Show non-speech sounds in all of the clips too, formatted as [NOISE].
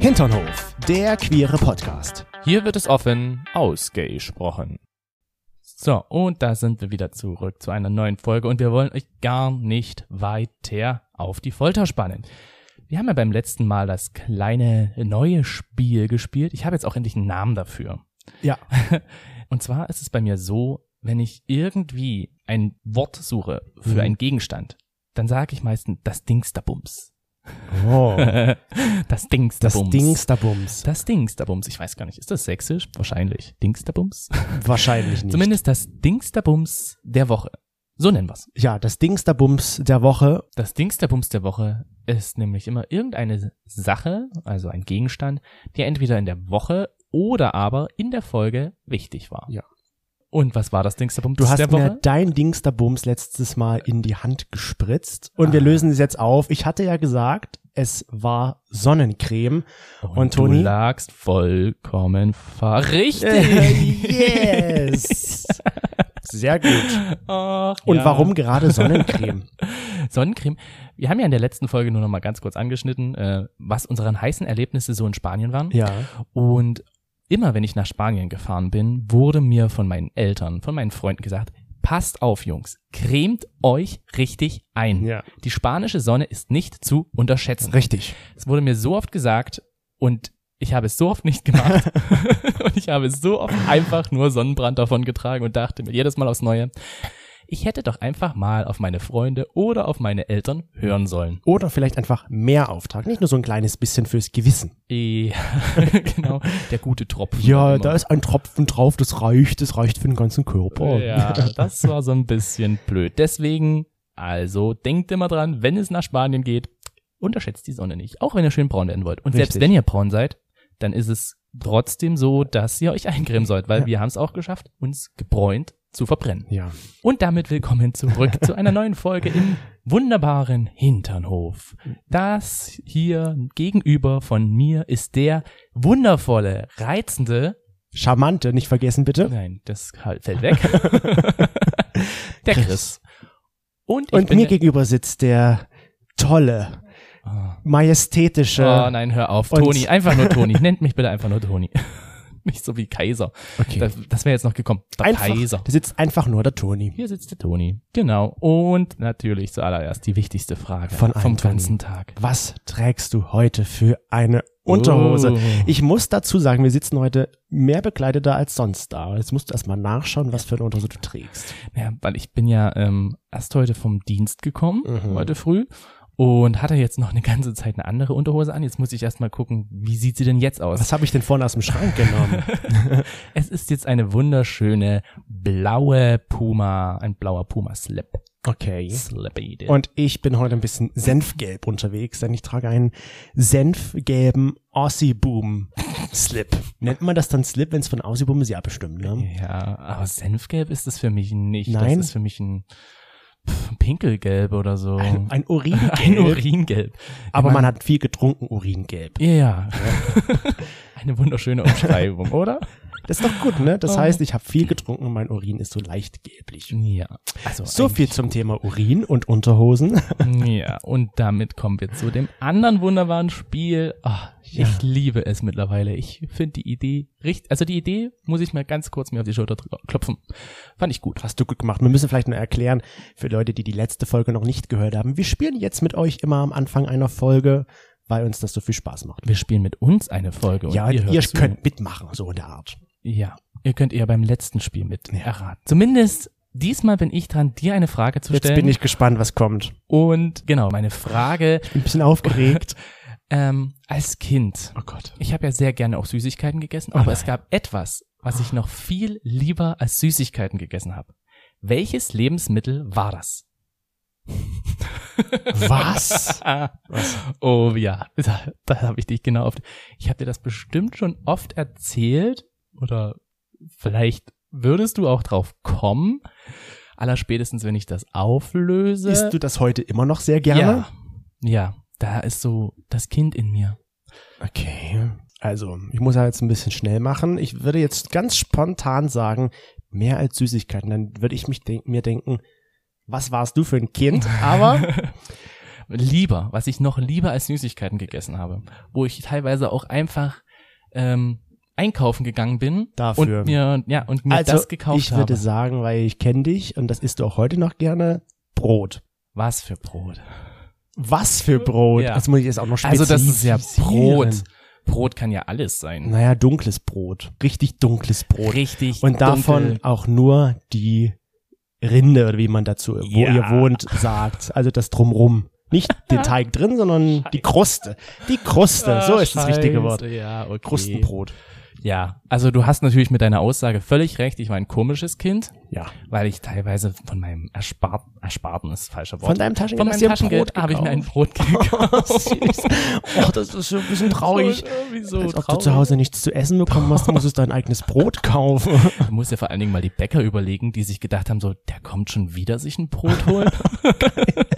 Hinternhof, der queere Podcast. Hier wird es offen ausgesprochen. So, und da sind wir wieder zurück zu einer neuen Folge und wir wollen euch gar nicht weiter auf die Folter spannen. Wir haben ja beim letzten Mal das kleine neue Spiel gespielt. Ich habe jetzt auch endlich einen Namen dafür. Ja. Und zwar ist es bei mir so, wenn ich irgendwie ein Wort suche für Mhm. einen Gegenstand, dann sage ich meistens [LAUGHS] das Dingsterbums. [LAUGHS] Oh, das das Dingsterbums. Dingsterbums. Das Dingsterbums. Ich weiß gar nicht, ist das sächsisch? Wahrscheinlich. Dingsterbums? Wahrscheinlich nicht. Zumindest das Dingsterbums der Woche. So nennen wir's. Ja, das Dingsterbums der Woche. Das Dingsterbums der Woche ist nämlich immer irgendeine Sache, also ein Gegenstand, der entweder in der Woche oder aber in der Folge wichtig war. Ja. Und was war das Dingsterbums Du hast der mir Woche? dein Dingsterbums letztes Mal in die Hand gespritzt und Ah. wir lösen es jetzt auf. Ich hatte ja gesagt, es war Sonnencreme. Und Toni? du [LAUGHS] lagst vollkommen verrichtet. yes! Sehr gut. [LAUGHS] Ach, Und ja. warum gerade [LAUGHS] Sonnencreme? Sonnencreme. Wir haben ja in der letzten Folge nur noch mal ganz kurz angeschnitten, äh, was unsere heißen Erlebnisse so in Spanien waren. ja. Und immer wenn ich nach Spanien gefahren bin, wurde mir von meinen Eltern, von meinen Freunden gesagt, passt auf, Jungs, cremt euch richtig ein. Ja. Die spanische Sonne ist nicht zu unterschätzen. Richtig. Es wurde mir so oft gesagt und ich habe es so oft [LAUGHS] nicht gemacht und ich habe so oft einfach nur Sonnenbrand davon getragen und dachte mir jedes Mal aufs Neue, ich hätte doch einfach mal auf meine Freunde oder auf meine Eltern hören sollen. Oder vielleicht einfach mehr Auftrag. Nicht nur so ein kleines bisschen fürs Gewissen. Eh, [LAUGHS] genau, der gute Tropfen. Ja, Immer. da ist ein Tropfen drauf, das reicht, das reicht für den ganzen Körper. [LAUGHS] Ja, das war so ein bisschen blöd. Deswegen, also denkt immer dran, wenn es nach Spanien geht, unterschätzt die Sonne nicht. Auch wenn ihr schön braun werden wollt. Und selbst Richtig. wenn ihr braun seid, dann ist es trotzdem so, dass ihr euch eincremen sollt, weil Ja. wir haben es auch geschafft, uns gebräunt zu verbrennen. Ja. Und damit willkommen zurück zu einer neuen Folge im wunderbaren Hinternhof. Das hier gegenüber von mir ist der wundervolle, reizende Charmante, nicht vergessen bitte. Nein, das halt [LAUGHS] fällt weg. der Chris. Und, ich Und bin mir der, gegenüber sitzt der tolle, Ah. majestätische. Oh nein, hör auf. Und- Toni, einfach nur Toni. Nennt mich bitte einfach nur Toni. [LAUGHS] Nicht so wie Kaiser. okay. Das, das wäre jetzt noch gekommen. Der einfach, Kaiser. Da sitzt einfach nur der Toni. Hier sitzt der Toni. Genau. Und natürlich zuallererst die wichtigste Frage Von allen, vom Toni. ganzen Tag. Was trägst du heute für eine Unterhose? Oh. Ich muss dazu sagen, wir sitzen heute mehr bekleideter als sonst da. Jetzt musst du erstmal nachschauen, was für eine Unterhose du trägst. Ja, weil ich bin ja ähm, erst heute vom Dienst gekommen, Mhm. heute früh, und hatte jetzt noch eine ganze Zeit eine andere Unterhose an. Jetzt muss ich erstmal gucken, wie sieht sie denn jetzt aus? Was habe ich denn vorne aus dem Schrank [LAUGHS] genommen? Es ist jetzt eine wunderschöne blaue Puma, ein blauer Puma Slip. Okay. Slippy. der- Und ich bin heute ein bisschen senfgelb unterwegs, denn ich trage einen senfgelben Aussie Boom Slip. Nennt man das dann Slip, wenn es von Aussie Boom ist? Ja, bestimmt, ne? ja, aber Senfgelb ist das für mich nicht. Nein. Das ist für mich ein pff, Pinkelgelb oder so. Ein, [LAUGHS] ein Uringelb. Ein Uringelb. aber man hat viel getrunken, Uringelb. Ja. [LAUGHS] eine wunderschöne [LAUGHS] Umschreibung, oder? Das ist doch gut, ne? Das Oh. heißt, ich habe viel getrunken und mein Urin ist so leicht gelblich. Ja. Also So viel zum Thema Urin und Unterhosen. [LAUGHS] Ja, und damit kommen wir zu dem anderen wunderbaren Spiel. Ah, Ich liebe es mittlerweile. Ich finde die Idee richtig, also die Idee muss ich mal ganz kurz mir auf die Schulter drü- klopfen. Fand ich gut. Hast du gut gemacht. Wir müssen vielleicht noch erklären, für Leute, die die letzte Folge noch nicht gehört haben, wir spielen jetzt mit euch immer am Anfang einer Folge, weil uns das so viel Spaß macht. Wir spielen mit uns eine Folge und Ja, ihr, ihr, hört zu. könnt mitmachen, so in der Art. Ja, ihr könnt eher beim letzten Spiel mit erraten. Zumindest diesmal bin ich dran, dir eine Frage zu Jetzt stellen. bin ich gespannt, was kommt. und genau, meine Frage, Bin ein bisschen aufgeregt. ähm, als Kind. oh Gott. Ich habe ja sehr gerne auch Süßigkeiten gegessen, Oh aber es gab etwas, was ich noch viel lieber als Süßigkeiten gegessen habe. Welches Lebensmittel war das? Oh Was? Ah, oh ja, da, da habe ich dich genau oft. Ich habe dir das bestimmt schon oft erzählt oder vielleicht würdest du auch drauf kommen. Allerspätestens, wenn ich das [LAUGHS] auflöse. Isst du das heute immer noch sehr gerne? Ja, ja, da ist so das Kind in mir. Okay. Also, ich muss ja jetzt ein bisschen schnell machen. Ich würde jetzt ganz spontan sagen, mehr als [LAUGHS] Süßigkeiten. Dann würde ich mich denk mir denken, was warst du für ein Kind? Aber lieber, was ich noch lieber als Süßigkeiten gegessen habe, wo ich teilweise auch einfach ähm, einkaufen gegangen bin Dafür. und mir ja und mir also, das gekauft ich würde habe. sagen, weil ich kenne dich und das isst du auch heute noch gerne, Brot. Was für Brot. Was für Brot? Ja. Das muss ich jetzt auch noch Also das ist ja spezifizieren. Brot. Brot kann ja alles sein. Naja, dunkles Brot. Richtig dunkles Brot. Richtig. und davon dunkel. auch nur die Rinde oder wie man dazu, wo Ja. ihr wohnt, sagt. Also das drumrum. Nicht den Teig drin, sondern die Kruste. Die Kruste, [LAUGHS] Ah, so ist das richtige scheiße, Wort. Ja, okay. Krustenbrot. Ja, also du hast natürlich mit deiner Aussage völlig recht. Ich war ein komisches Kind, Ja. weil ich teilweise von meinem Ersparten, Ersparten ist falscher Wort. Von deinem Taschengeld Von hast meinem du dir ein Taschengeld Brot habe ich mir ein gekauft. [LAUGHS] Brot gekauft. oh, das ist so ein [LAUGHS] bisschen traurig. Wieso? Als ob du zu Hause nichts zu essen bekommen hast, musst du dein eigenes Brot kaufen. [LAUGHS] Du musst ja vor allen Dingen mal die Bäcker überlegen, die sich gedacht haben, so, der kommt schon wieder sich ein Brot holen.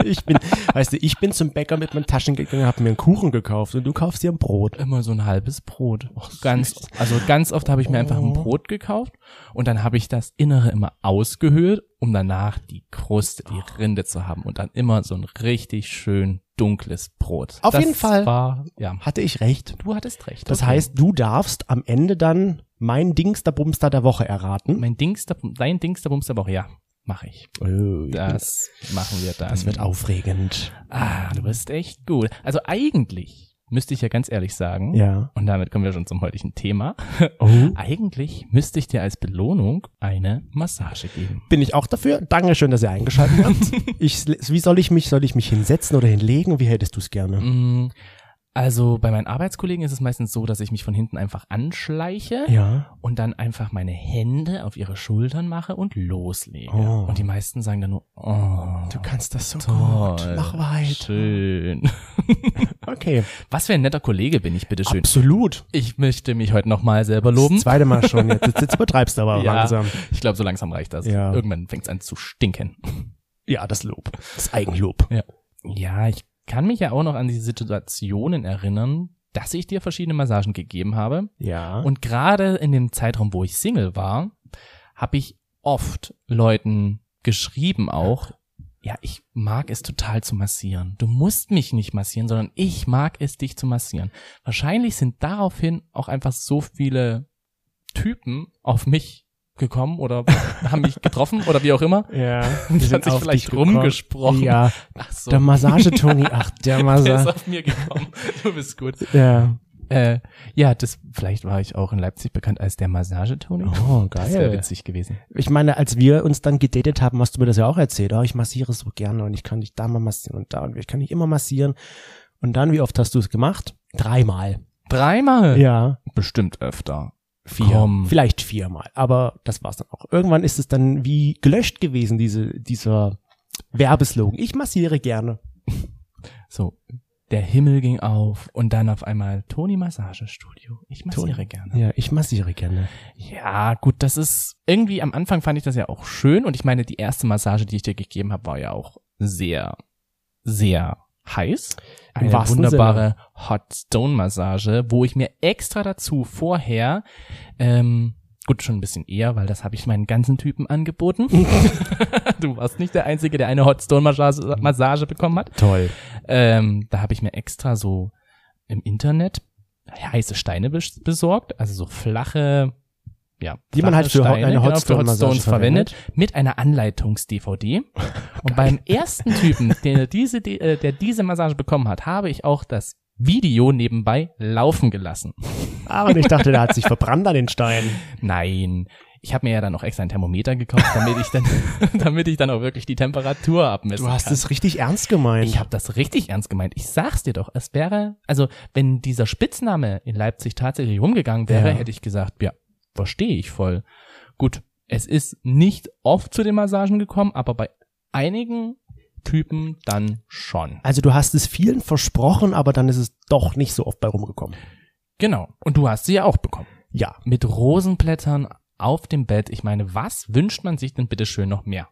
Ich bin, weißt du, ich bin zum Bäcker mit meinem Taschengeld gegangen, habe mir einen Kuchen gekauft und du kaufst dir ein Brot. Immer so ein halbes Brot. ganz, also ganz oft habe ich mir einfach Oh. ein Brot gekauft und dann habe ich das Innere immer ausgehöhlt, um danach die Kruste, die Rinde zu haben und dann immer so ein richtig schön dunkles Brot. Auf das jeden Fall. War, ja. Hatte ich recht. Du hattest recht. Das okay. heißt, du darfst am Ende dann mein Dingster Bumster der Woche erraten. mein Dings, dein Dings der Bums der Woche, ja, mache ich. Das machen wir dann. Oh, das wird aufregend. Ah, du bist echt gut. Also eigentlich müsste ich ja ganz ehrlich sagen, Ja. und damit kommen wir schon zum heutigen Thema. Oh. Eigentlich müsste ich dir als Belohnung eine Massage geben. Bin ich auch dafür? Dankeschön, dass ihr eingeschaltet habt. [LAUGHS] Ich, wie soll ich mich, soll ich mich hinsetzen oder hinlegen? Wie hättest du es gerne? Mm, Also bei meinen Arbeitskollegen ist es meistens so, dass ich mich von hinten einfach anschleiche Ja. und dann einfach meine Hände auf ihre Schultern mache und loslege. Oh. Und die meisten sagen dann nur, oh, Du kannst das so toll, gut. Mach weiter. Schön. [LAUGHS] Okay. Was für ein netter Kollege bin ich, bitteschön. Absolut. Ich möchte mich heute nochmal selber loben. Das zweite Mal schon. Jetzt, jetzt, jetzt übertreibst du aber [LAUGHS] Ja. langsam. Ich glaube, so langsam reicht das. Ja. Irgendwann fängt's an zu stinken. Ja, das Lob. Das Eigenlob. Ja, ich kann mich ja auch noch an die Situationen erinnern, dass ich dir verschiedene Massagen gegeben habe. Ja. Und gerade in dem Zeitraum, wo ich Single war, habe ich oft Leuten geschrieben auch, ja, ich mag es total zu massieren. Du musst mich nicht massieren, sondern ich mag es, dich zu massieren. Wahrscheinlich sind daraufhin auch einfach so viele Typen auf mich [LAUGHS] gekommen oder haben mich getroffen oder wie auch immer. [LAUGHS] ja. Die hat sich vielleicht rumgesprochen. Ja. Ach so. Der Massage-Toni. Ach, der [LAUGHS] Der ist Massage. auf mir gekommen. [LAUGHS] Du bist gut. Ja. Äh, ja, das, vielleicht war ich auch in Leipzig bekannt als der Massagetoni. Oh, das wäre witzig gewesen. Ich meine, als wir uns dann gedatet haben, hast du mir das ja auch erzählt. Oh, ich massiere so gerne und ich kann dich da mal massieren und da und ich kann dich immer massieren. Und dann, wie oft hast du es gemacht? Dreimal. Dreimal? Ja. Bestimmt öfter. Vier. Komm. Vielleicht viermal. Aber das war's dann auch. Irgendwann ist es dann wie gelöscht gewesen, diese, dieser Werbeslogan. Ich massiere gerne. So. Der Himmel ging auf und dann auf einmal Toni Massagestudio. Ich massiere Toni. gerne. Ja, ich massiere gerne. Ja, gut, das ist irgendwie am Anfang fand ich das ja auch schön und ich meine, die erste Massage, die ich dir gegeben habe, war ja auch sehr, sehr heiß. Im Eine wahrsten wunderbare Hot Stone Massage, wo ich mir extra dazu vorher, ähm, gut, schon ein bisschen eher, weil das habe ich meinen ganzen Typen [LAUGHS] angeboten. du warst nicht der Einzige, der eine Hot Stone Massage, Massage bekommen hat. Toll. Ähm, da habe ich mir extra so im Internet heiße Steine bes- besorgt, also so flache, ja, Die man flache halt für ho- eine Steine, genau, für Hotstone-Massage Hotstones verwendet, mit [LAUGHS] einer Anleitungs-DVD. Und beim ersten Typen, der diese, die- äh, der diese Massage bekommen hat, habe ich auch das Video nebenbei laufen gelassen. Aber Ah, ich dachte, der hat sich verbrannt an den Stein. [LAUGHS] Nein. Ich habe mir ja dann auch extra ein Thermometer gekauft, damit ich dann, [LAUGHS] damit ich dann auch wirklich die Temperatur abmessen Du hast kann. es richtig ernst gemeint. Ich habe das richtig ernst gemeint. Ich sag's dir doch. Es wäre, also wenn dieser Spitzname in Leipzig tatsächlich rumgegangen wäre, Ja. hätte ich gesagt, ja, verstehe ich voll. Gut, es ist nicht oft zu den Massagen gekommen, aber bei einigen Typen dann schon. also du hast es vielen versprochen, aber dann ist es doch nicht so oft bei rumgekommen. Genau. Und du hast sie ja auch bekommen. Ja. Mit Rosenblättern auf dem Bett. Ich meine, was wünscht man sich denn bitte schön noch mehr?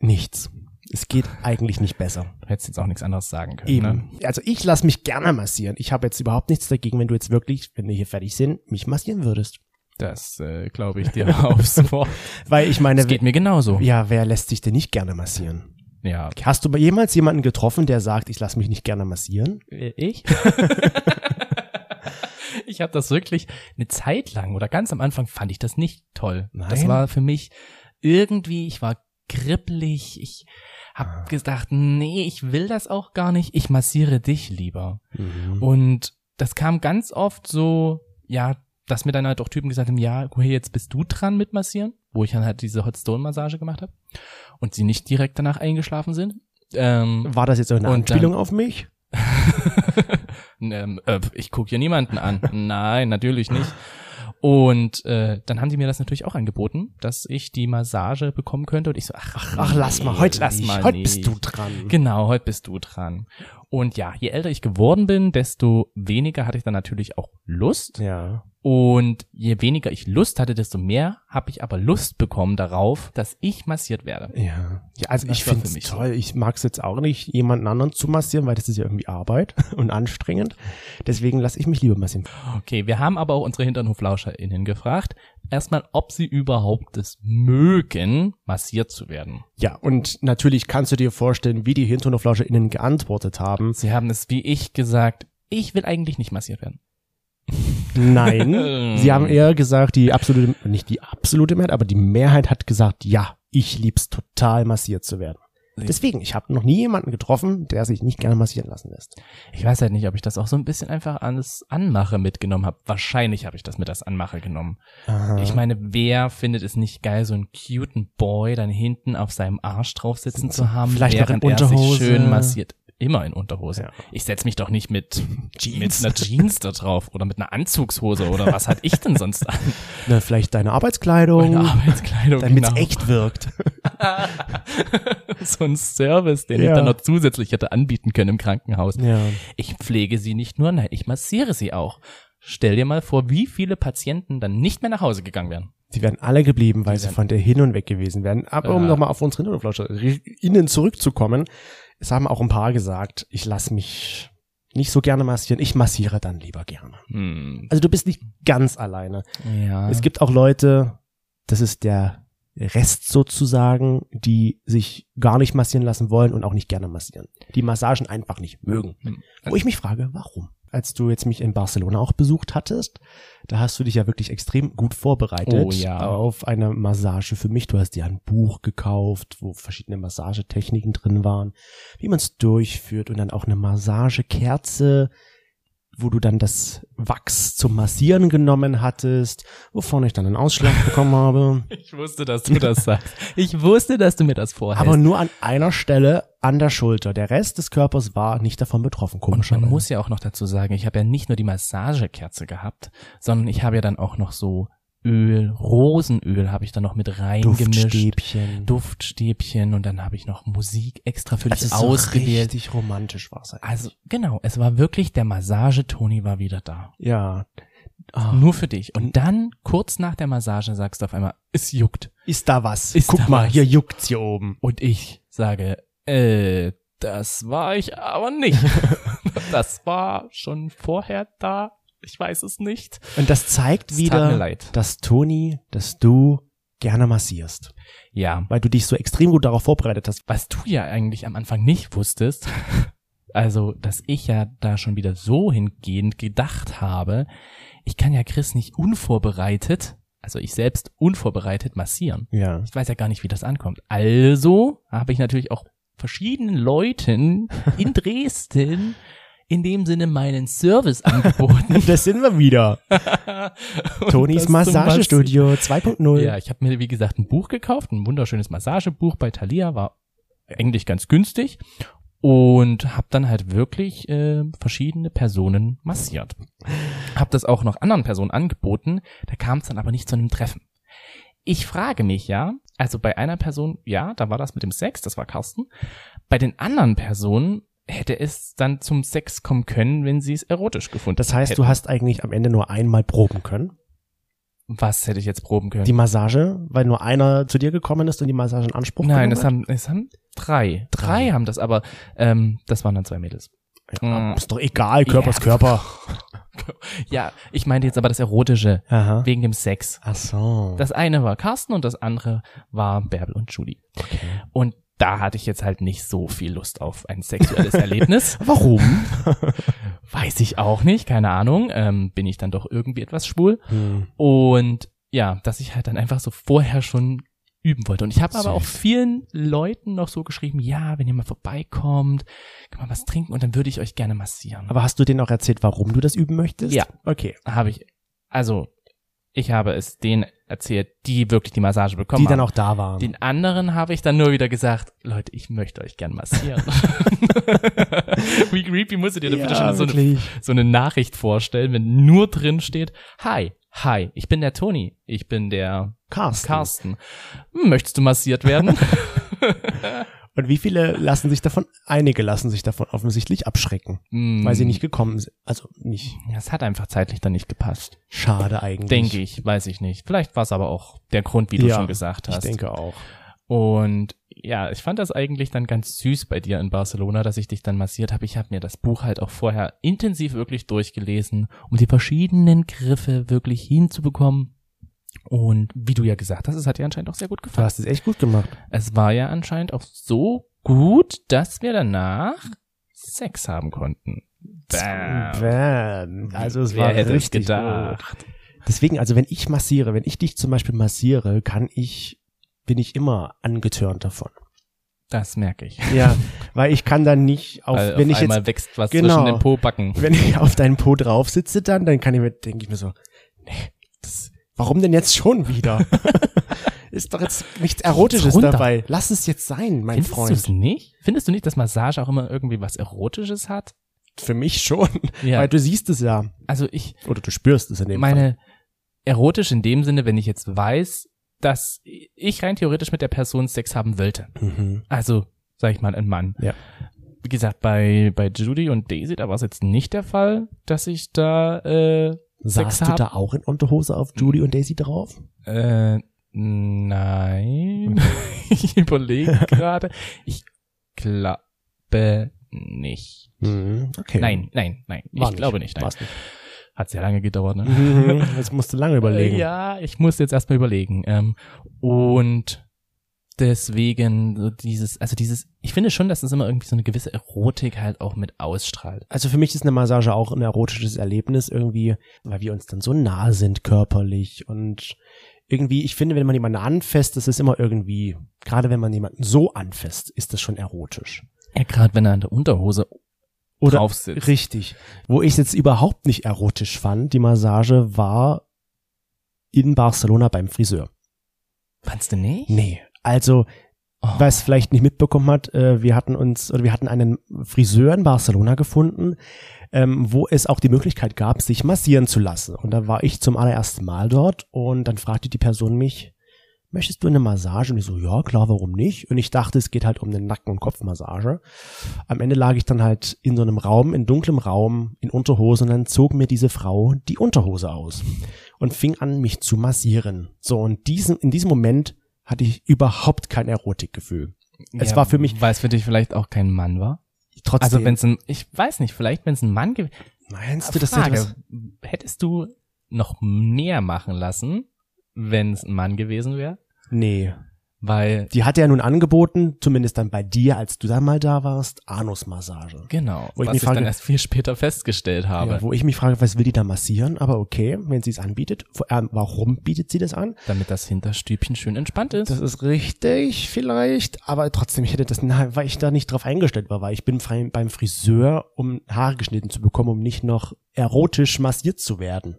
Nichts. Es geht eigentlich nicht besser. Du hättest jetzt auch nichts anderes sagen können. Ne? Eben. Also ich lasse mich gerne massieren. Ich habe jetzt überhaupt nichts dagegen, wenn du jetzt wirklich, wenn wir hier fertig sind, mich massieren würdest. Das äh, glaube ich dir [LAUGHS] aufs Wort. Weil ich meine, Das geht mir genauso. wer- ja, wer lässt sich denn nicht gerne massieren? Ja. Hast du jemals jemanden getroffen, der sagt, ich lasse mich nicht gerne massieren? Äh, [LAUGHS] Ich? ich habe das wirklich eine Zeit lang oder ganz am Anfang fand ich das nicht toll. Das Nein? war für mich irgendwie, ich war kribbelig, ich Ah. habe gedacht, nee, ich will das auch gar nicht, ich massiere dich lieber. Mhm. Und das kam ganz oft so, ja, dass mir dann halt auch Typen gesagt haben, ja, hey, jetzt bist du dran mit massieren, wo ich dann halt diese Hot Stone Massage gemacht habe und sie nicht direkt danach eingeschlafen sind. Ähm, War das jetzt auch eine Und dann- Anspielung auf mich? ähm, äh, ich gucke hier niemanden [LAUGHS] an. Nein, natürlich nicht. Und äh, dann haben die mir das natürlich auch angeboten, dass ich die Massage bekommen könnte. Und ich so, ach, Ach, lass mal, nee, heute lass nicht, mal. Heute bist nicht. du dran. Genau, heute bist du dran. Und ja, je älter ich geworden bin, desto weniger hatte ich dann natürlich auch Lust. Ja. Und je weniger ich Lust hatte, desto mehr habe ich aber Lust bekommen darauf, dass ich massiert werde. Ja. ja also Das ich war für finde es mich so. toll. Ich mag es jetzt auch nicht, jemanden anderen zu massieren, weil das ist ja irgendwie Arbeit [LAUGHS] und anstrengend. Deswegen lasse ich mich lieber massieren. Okay, wir haben aber auch unsere HinternhoflauscherInnen gefragt, erstmal, ob sie überhaupt es mögen, massiert zu werden. Ja, und natürlich kannst du dir vorstellen, wie die HinternhoflauscherInnen geantwortet haben. Sie haben es wie ich gesagt, ich will eigentlich nicht massiert werden. [LAUGHS] Nein. sie haben eher gesagt, die absolute, nicht die absolute Mehrheit, aber die Mehrheit hat gesagt, ja, ich lieb's total massiert zu werden. Deswegen, ich habe noch nie jemanden getroffen, der sich nicht gerne massieren lassen lässt. Ich weiß halt nicht, ob ich das auch so ein bisschen einfach ans Anmache mitgenommen habe. Wahrscheinlich habe ich das mit das Anmache genommen. Aha. Ich meine, wer findet es nicht geil, so einen cuten Boy dann hinten auf seinem Arsch drauf sitzen zu haben, Also Vielleicht noch in während er sich Unterhose. schön massiert? Immer in Unterhose. Ja. Ich setz mich doch nicht mit, mit [LAUGHS] Jeans. einer Jeans da drauf oder mit einer Anzugshose oder was hatte ich denn sonst [LAUGHS] an? Na, vielleicht deine Meine Arbeitskleidung, Arbeitskleidung. damit's genau. Oh. echt wirkt. [LAUGHS] so ein Service, den ich Ja. dann noch zusätzlich hätte anbieten können im Krankenhaus. [LAUGHS] Ja. Ich pflege sie nicht nur, nein, ich massiere sie auch. Stell dir mal vor, wie viele Patienten dann nicht mehr nach Hause gegangen wären. Die wären alle geblieben, weil Die sie wären- von der hin und weg gewesen wären. Aber um Ja. nochmal auf unsere Hinterflasche innen zurückzukommen, es haben auch ein paar gesagt, ich lass mich nicht so gerne massieren, ich massiere dann lieber gerne. Hm, Also du bist nicht ganz alleine. ja. Es gibt auch Leute, das ist der Rest sozusagen, die sich gar nicht massieren lassen wollen und auch nicht gerne massieren. Die Massagen einfach nicht mögen. Hm. Wo ich mich frage, warum? Als du jetzt mich in Barcelona auch besucht hattest, da hast du dich ja wirklich extrem gut vorbereitet Oh ja. auf eine Massage für mich. Du hast dir ein Buch gekauft, wo verschiedene Massagetechniken drin waren, wie man es durchführt und dann auch eine Massagekerze, wo du dann das Wachs zum Massieren genommen hattest, wovon ich dann einen Ausschlag bekommen [LAUGHS] habe. ich wusste, dass du das sagst. [LAUGHS] Ich wusste, dass du mir das vorhältst. Aber nur an einer Stelle an der Schulter. Der Rest des Körpers war nicht davon betroffen, Und man komischerweise. muss ja auch noch dazu sagen, ich habe ja nicht nur die Massagekerze gehabt, sondern ich habe ja dann auch noch so Öl, Rosenöl habe ich dann noch mit reingemischt. Duftstäbchen. Duftstäbchen und dann habe ich noch Musik extra für dich Also so ausgewählt. richtig romantisch war es eigentlich. Also genau, es war wirklich der Massage-Toni war wieder da. Ja. Ah, Nur für dich. Und dann, kurz nach der Massage, sagst du auf einmal, es juckt. ist da was? Ist Guck da mal, was? hier juckt's hier oben. Und ich sage, äh, das war ich [LAUGHS] aber nicht. das war schon vorher da. Ich weiß es nicht. Und das zeigt Es tat mir wieder, leid. dass Toni, dass du gerne massierst, Ja. weil du dich so extrem gut darauf vorbereitet hast. Was du ja eigentlich am Anfang nicht wusstest, [LAUGHS] also, dass ich ja da schon wieder so hingehend gedacht habe, ich kann ja Chris nicht unvorbereitet, also ich selbst unvorbereitet massieren. Ja. Ich weiß ja gar nicht, wie das ankommt. Also habe ich natürlich auch [LAUGHS] verschiedenen Leuten in Dresden in dem Sinne meinen Service angeboten. Das sind wir wieder. [LAUGHS] Und [LAUGHS] das Tonis zum Massagestudio 2.0. Massi- Ja, ich habe mir, wie gesagt, ein Buch gekauft, ein wunderschönes Massagebuch bei Thalia, war eigentlich ganz günstig und habe dann halt wirklich äh, verschiedene Personen massiert. Habe das auch noch anderen Personen angeboten, da kam es dann aber nicht zu einem Treffen. Ich frage mich ja, also bei einer Person, ja, da war das mit dem Sex, das war Carsten. Bei den anderen Personen hätte es dann zum Sex kommen können, wenn sie es erotisch gefunden Das heißt, hätten. du hast eigentlich am Ende nur einmal proben können. Was hätte ich jetzt proben können? Die Massage, weil nur einer zu dir gekommen ist und die Massage in Anspruch Nein, es genommen haben, es haben drei. Drei. Drei haben das, aber ähm, das waren dann zwei Mädels. hat. Ja, Ah, Ist doch egal, Körper Ja. ist Körper. [LAUGHS] Ja, ich meinte jetzt aber das Erotische, Aha. wegen dem Sex. Ach so. Das eine war Carsten und das andere war Bärbel und Julie. okay. Und da hatte ich jetzt halt nicht so viel Lust auf ein [LAUGHS] sexuelles Erlebnis. Warum? Weiß ich auch nicht, keine Ahnung. Ähm, bin ich dann doch irgendwie etwas schwul. Hm. Und ja, dass ich halt dann einfach so vorher schon üben wollte. Und ich habe aber auch Süß. vielen Leuten noch so geschrieben, ja, wenn ihr mal vorbeikommt, kann man was trinken und dann würde ich euch gerne massieren. Aber hast du denen auch erzählt, warum du das üben möchtest? Ja. Okay. habe ich, also ich habe es denen erzählt, die wirklich die Massage bekommen Die dann haben. auch da waren. Den anderen habe ich dann nur wieder gesagt, Leute, ich möchte euch gern massieren. [LAUGHS] Wie creepy musstet ihr denn bitte schon so eine, wirklich. so eine Nachricht vorstellen, wenn nur drin steht, hi, hi, ich bin der Toni, ich bin der Carsten. Carsten. Hm, Möchtest du [LAUGHS] massiert werden? Und wie viele lassen sich davon, einige lassen sich davon offensichtlich abschrecken, Hm, weil sie nicht gekommen sind. Also nicht. Das hat einfach zeitlich dann nicht gepasst. Schade eigentlich. Denke ich, weiß ich nicht. Vielleicht war es aber auch der Grund, wie du Ja, schon gesagt Ich hast. denke auch. Und ja, ich fand das eigentlich dann ganz süß bei dir in Barcelona, dass ich dich dann massiert habe. Ich habe mir das Buch halt auch vorher intensiv wirklich durchgelesen, um die verschiedenen Griffe wirklich hinzubekommen. Und wie du ja gesagt hast, es hat dir anscheinend auch sehr gut Du gefallen. hast es echt gut gemacht. Es war ja anscheinend auch so gut, dass wir danach Sex haben konnten. Bam. Bam. Also es Wer war hätte es richtig gedacht? gut. Deswegen, also wenn ich massiere, wenn ich dich zum Beispiel massiere, kann ich, bin ich immer angetörnt davon. Das merke ich. Ja, weil ich kann dann nicht auf, Weil wenn auf ich einmal jetzt, wächst was Genau. zwischen den Po-Backen. wenn ich auf deinen Po drauf sitze, dann, dann kann ich mir, denke ich mir so, nee, das, warum denn jetzt schon wieder? [LAUGHS] Ist doch jetzt nichts Erotisches runter. dabei. Lass es jetzt sein, mein Findest du es Freund. nicht? Findest du nicht, dass Massage auch immer irgendwie was Erotisches hat? Für mich schon, Ja. weil du siehst es ja. Also ich, Oder du spürst es in dem Fall. meine erotisch in dem Sinne, wenn ich jetzt weiß, dass ich rein theoretisch mit der Person Sex haben wollte. Mhm. Also, sag ich mal, ein Mann. Ja. Wie gesagt, bei, bei Judy und Daisy, da war es jetzt nicht der Fall, dass ich da, äh, Sex Saßt du hab- da auch in Unterhose auf Judy und Daisy drauf? äh, nein. [LAUGHS] ich überlege gerade. Ich glaube nicht. Mhm. Okay. Nein, nein, nein. War ich glaube nicht, nein. War's nicht. Hat sehr lange gedauert, ne? Mhm. Jetzt musst du lange überlegen. Äh, Ja, ich muss jetzt erstmal überlegen. Ähm, und deswegen so dieses, also dieses, ich finde schon, dass es immer irgendwie so eine gewisse Erotik halt auch mit ausstrahlt. Also für mich ist eine Massage auch ein erotisches Erlebnis irgendwie, weil wir uns dann so nah sind körperlich und irgendwie, ich finde, wenn man jemanden anfasst, das ist immer irgendwie, gerade wenn man jemanden so anfasst, ist das schon erotisch. Ja, gerade wenn er in der Unterhose Oder drauf sitzt. Richtig. Wo ich es jetzt überhaupt nicht erotisch fand, die Massage war in Barcelona beim Friseur. Fandst du nicht? Nee. Also Oh. Wer es vielleicht nicht mitbekommen hat, äh, wir hatten uns oder wir hatten einen Friseur in Barcelona gefunden, ähm, wo es auch die Möglichkeit gab, sich massieren zu lassen. Und da war ich zum allerersten Mal dort und dann fragte die Person mich, möchtest du eine Massage? Und ich so, ja, klar, warum nicht? Und ich dachte, es geht halt um eine Nacken- und Kopfmassage. Am Ende lag ich dann halt in so einem Raum, in dunklem Raum, in Unterhose und dann zog mir diese Frau die Unterhose aus und fing an, mich zu massieren. So, und diesen, in diesem Moment hatte ich überhaupt kein Erotikgefühl. es war für mich- Weil es für dich vielleicht auch kein Mann war. Trotzdem. Also wenn es ein, ich weiß nicht, vielleicht wenn es ein Mann gewesen meinst du, das Frage, etwas, hättest du noch mehr machen lassen, wenn es ein Mann gewesen wäre? Nee. Weil, Die hat ja nun angeboten, zumindest dann bei dir, als du da mal da warst, Anusmassage. genau, Wo ich was die ich dann Frage- erst viel später festgestellt habe. Ja, wo ich mich frage, was will die da massieren? Aber okay, wenn sie es anbietet, vor allem, warum bietet sie das an? Damit das Hinterstübchen schön entspannt ist. Das ist richtig, vielleicht, aber trotzdem, ich hätte das, na, weil ich da nicht drauf eingestellt war, weil ich bin frei- beim Friseur, um Haare geschnitten zu bekommen, um nicht noch erotisch massiert zu werden.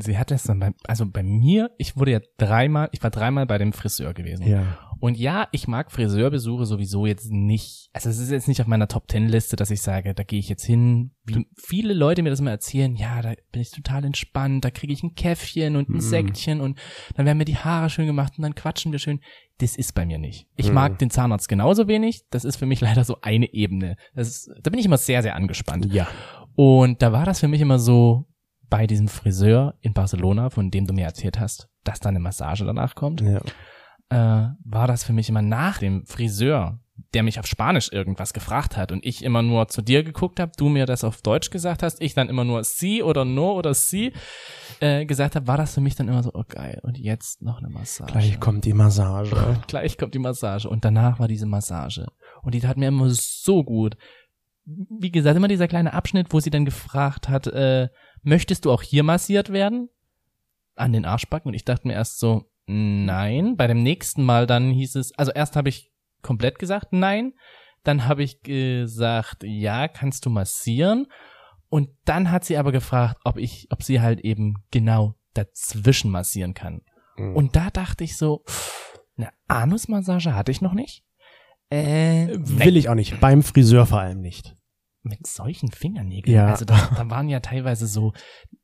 Sie hat das dann bei, also bei mir, ich wurde ja dreimal, ich war dreimal bei dem Friseur gewesen. Ja. Und ja, ich mag Friseurbesuche sowieso jetzt nicht. Also es ist jetzt nicht auf meiner Top Ten Liste, dass ich sage, da gehe ich jetzt hin. Wie viele Leute mir das immer erzählen, ja, da bin ich total entspannt, da kriege ich ein Käffchen und ein Säckchen und dann werden mir die Haare schön gemacht und dann quatschen wir schön. Das ist bei mir nicht. Ich Mhm. mag den Zahnarzt genauso wenig. Das ist für mich [LAUGHS] leider so eine Ebene. Das ist, da bin ich immer sehr, sehr angespannt. Ja. Und da war das für mich immer so bei diesem Friseur in Barcelona, von dem du mir erzählt hast, dass da eine Massage danach kommt, ja. äh, war das für mich immer nach dem Friseur der mich auf Spanisch irgendwas gefragt hat und ich immer nur zu dir geguckt habe, du mir das auf Deutsch gesagt hast, ich dann immer nur sie oder no oder sie äh, gesagt habe, war das für mich dann immer so, oh geil, und jetzt noch eine Massage. Gleich kommt die Massage. Gleich kommt die Massage. Und danach war diese Massage. Und die tat mir immer so gut. Wie gesagt, immer dieser kleine Abschnitt, wo sie dann gefragt hat, äh, möchtest du auch hier massiert werden? An den Arschbacken. Und ich dachte mir erst so, nein. Bei dem nächsten Mal dann hieß es, also erst habe ich komplett gesagt nein. Dann habe ich gesagt, ja, kannst du massieren? Und dann hat sie aber gefragt, ob ich, ob sie halt eben genau dazwischen massieren kann. Mhm. Und da dachte ich so, pff, eine Anusmassage hatte ich noch nicht. Äh, Will ich auch nicht. Beim Friseur vor allem nicht. mit solchen Fingernägeln. Ja. Also da, da waren ja teilweise so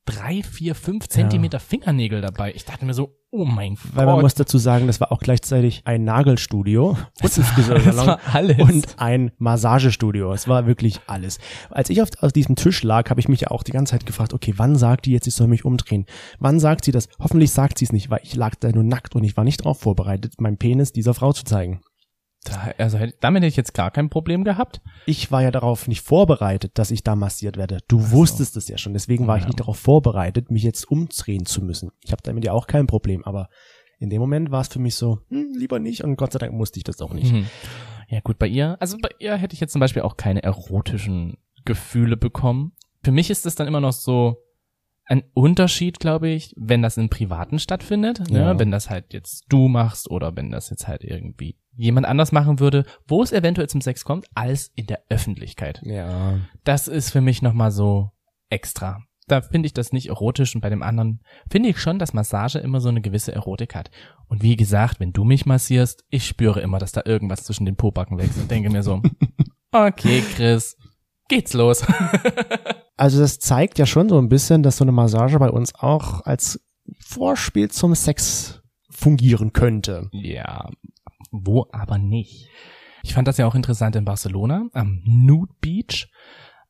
drei, vier, fünf Zentimeter Fingernägel dabei. Ich dachte mir so, oh mein Weil man Gott. muss dazu sagen, das war auch gleichzeitig ein [LAUGHS] Nagelstudio und ein das Friseursalon war Also alles. und ein Massagestudio. Es war wirklich alles. Als ich auf, auf diesem Tisch lag, habe ich mich ja auch die ganze Zeit gefragt, okay, wann sagt die jetzt, ich soll mich umdrehen? Wann sagt sie das? Hoffentlich sagt sie es nicht, weil ich lag da nur nackt und ich war nicht darauf vorbereitet, meinen Penis dieser Frau zu zeigen. da, also hätte- damit hätte ich jetzt gar kein Problem gehabt. Ich war ja darauf nicht vorbereitet, dass ich da massiert werde. Du so. wusstest es ja schon, deswegen war ich Ja. nicht darauf vorbereitet, mich jetzt umdrehen zu müssen. Ich habe damit ja auch kein Problem, aber in dem Moment war es für mich so, hm, lieber nicht und Gott sei Dank musste ich das auch nicht. Mhm. Ja gut, bei ihr, also bei ihr hätte ich jetzt zum Beispiel auch keine erotischen Gefühle bekommen. Für mich ist es dann immer noch so ein Unterschied, glaube ich, wenn das im Privaten stattfindet, Ja. ne? wenn das halt jetzt du machst oder wenn das jetzt halt irgendwie jemand anders machen würde, wo es eventuell zum Sex kommt, als in der Öffentlichkeit. Ja. Das ist für mich nochmal so extra. Da finde ich das nicht erotisch und bei dem anderen finde ich schon, dass Massage immer so eine gewisse Erotik hat. Und wie gesagt, wenn du mich massierst, ich spüre immer, dass da irgendwas zwischen den Pobacken wächst und denke mir [LAUGHS] so, okay, Chris, geht's los. Also das zeigt ja schon so ein bisschen, dass so eine Massage bei uns auch als Vorspiel zum Sex fungieren könnte. ja, wo aber nicht. Ich fand das ja auch interessant in Barcelona, am Nude Beach.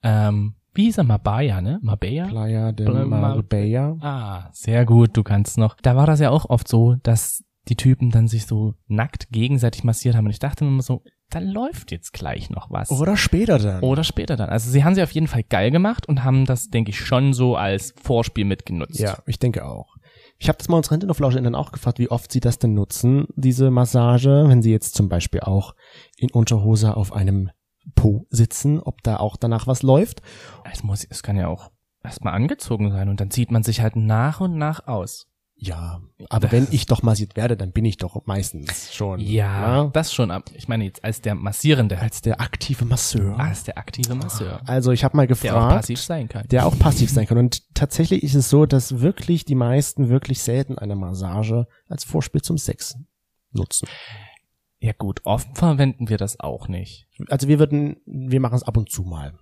Ähm, wie hieß er? Mabaya, ne? Mabaya? Playa de Playa- Marbella. Ah, sehr gut, du kannst noch. Da war das ja auch oft so, dass die Typen dann sich so nackt gegenseitig massiert haben. Und ich dachte mir immer so, da läuft jetzt gleich noch was. Oder später dann. Oder später dann. Also sie haben sie auf jeden Fall geil gemacht und haben das, denke ich, schon so als Vorspiel mitgenutzt. Ja, ich denke auch. Ich habe das mal unsere Rentenflausche dann auch gefragt, wie oft sie das denn nutzen, diese Massage, wenn sie jetzt zum Beispiel auch in Unterhose auf einem Po sitzen, ob da auch danach was läuft. Es muss, es kann ja auch erstmal angezogen sein und dann zieht man sich halt nach und nach aus. Ja, aber wenn ich doch massiert werde, dann bin ich doch meistens schon. Ja, ne? das schon ab. Ich meine jetzt als der Massierende, als, Als der aktive Masseur. als der aktive Masseur, Also ich habe mal gefragt. Ah. der auch passiv sein kann. der auch passiv sein kann. Und tatsächlich ist es so, dass wirklich die meisten wirklich selten eine Massage als Vorspiel zum Sex nutzen. ja gut, oft verwenden wir das auch nicht. Also wir würden, wir machen es ab und zu mal.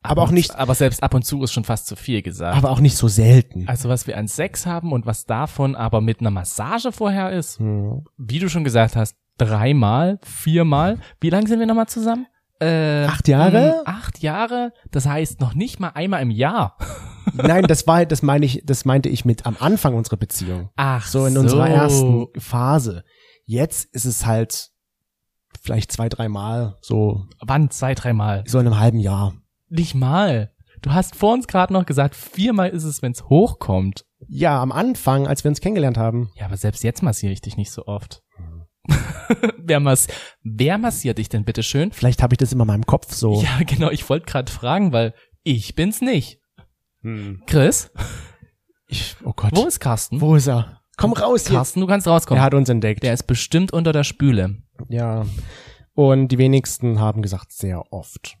Aber auch Ab und- nicht- Aber selbst ab und zu ist schon fast zu viel gesagt. Aber auch nicht so selten. also was wir an Sex haben und was davon aber mit einer Massage vorher ist, Hm. wie du schon gesagt hast, dreimal, viermal. Wie lang sind wir nochmal zusammen? Äh, Acht Jahre? mh, Acht Jahre. Das heißt noch nicht mal einmal im Jahr. Nein, das war, halt, das meine ich, das meinte ich mit am Anfang unserer Beziehung. Ach So in unserer ersten Phase. Jetzt ist es halt vielleicht zwei, dreimal, so, Wann? Zwei, dreimal. so in einem halben Jahr. Nicht mal. Du hast vor uns gerade noch gesagt, viermal ist es, wenn es hochkommt. Ja, am Anfang, als wir uns kennengelernt haben. Ja, aber selbst jetzt massiere ich dich nicht so oft. Hm. [LAUGHS] wer, mass wer massiert dich denn bitte schön? Vielleicht habe ich das immer in meinem Kopf so. Ja, genau, ich wollte gerade fragen, weil ich bin's nicht. Hm. Chris, Ich, oh Gott. wo ist Carsten? Wo ist er? Komm raus hier. Carsten, du kannst rauskommen. Er hat uns entdeckt. Der ist bestimmt unter der Spüle. Ja. Und die wenigsten haben gesagt, sehr oft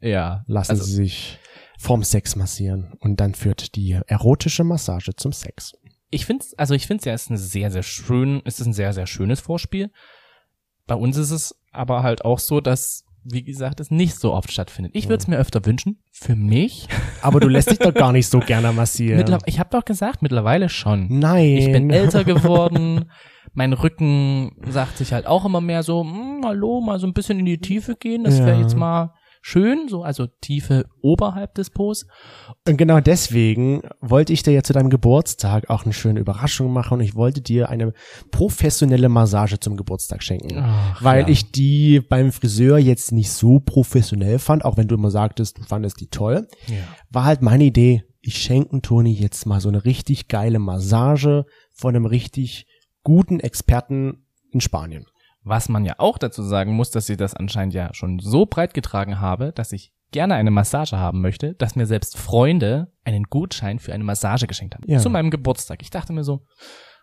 Ja. lassen also, sie sich vom Sex massieren. Und dann führt die erotische Massage zum Sex. ich find's, also ich find's ja, ist ein sehr, sehr schön, es ist ein sehr, sehr schönes Vorspiel. Bei uns ist es aber halt auch so, dass, wie gesagt, es nicht so oft stattfindet. Ich würde es mir öfter wünschen. Für mich. Aber du lässt dich doch gar nicht so gerne massieren. Mittler- Ich habe doch gesagt, mittlerweile schon. Nein. Ich [LAUGHS] bin älter geworden. Mein Rücken sagt sich halt auch immer mehr so, "Hm, hallo, mal so ein bisschen in die Tiefe gehen. Das wäre Ja. jetzt mal schön, so also Tiefe oberhalb des Po's. Und genau deswegen wollte ich dir ja zu deinem Geburtstag auch eine schöne Überraschung machen und ich wollte dir eine professionelle Massage zum Geburtstag schenken. Ach, weil ja. ich die beim Friseur jetzt nicht so professionell fand, auch wenn du immer sagtest, du fandest die toll, Ja. war halt meine Idee, ich schenke Toni jetzt mal so eine richtig geile Massage von einem richtig guten Experten in Spanien. Was man ja auch dazu sagen muss, dass ich das anscheinend ja schon so breit getragen habe, dass ich gerne eine Massage haben möchte, dass mir selbst Freunde einen Gutschein für eine Massage geschenkt haben. Ja. Zu meinem Geburtstag. Ich dachte mir so,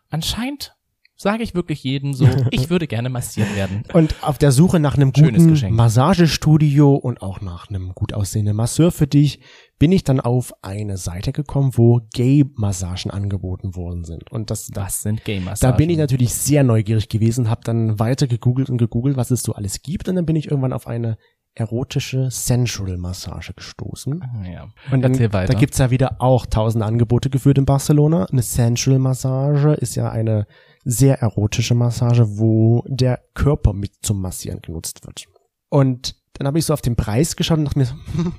anscheinend sage ich wirklich [LAUGHS] jedem so, ich würde gerne massiert werden. Und auf der Suche nach einem Schönes guten Geschenk. Massagestudio und auch nach einem gut aussehenden Masseur für dich bin ich dann auf eine Seite gekommen, wo Gay-Massagen angeboten worden sind. Und das, da, Das sind Game da Massagen. bin ich natürlich sehr neugierig gewesen, habe dann weiter gegoogelt und gegoogelt, was es so alles gibt. Und dann bin ich irgendwann auf eine erotische Sensual-Massage gestoßen. Ah, Ja. Und dann, Erzähl weiter. da gibt's ja wieder auch tausend Angebote geführt in Barcelona. Eine Sensual Massage ist ja eine sehr erotische Massage, wo der Körper mit zum Massieren genutzt wird. Und dann habe ich so auf den Preis geschaut und dachte mir, so, [LAUGHS] hm,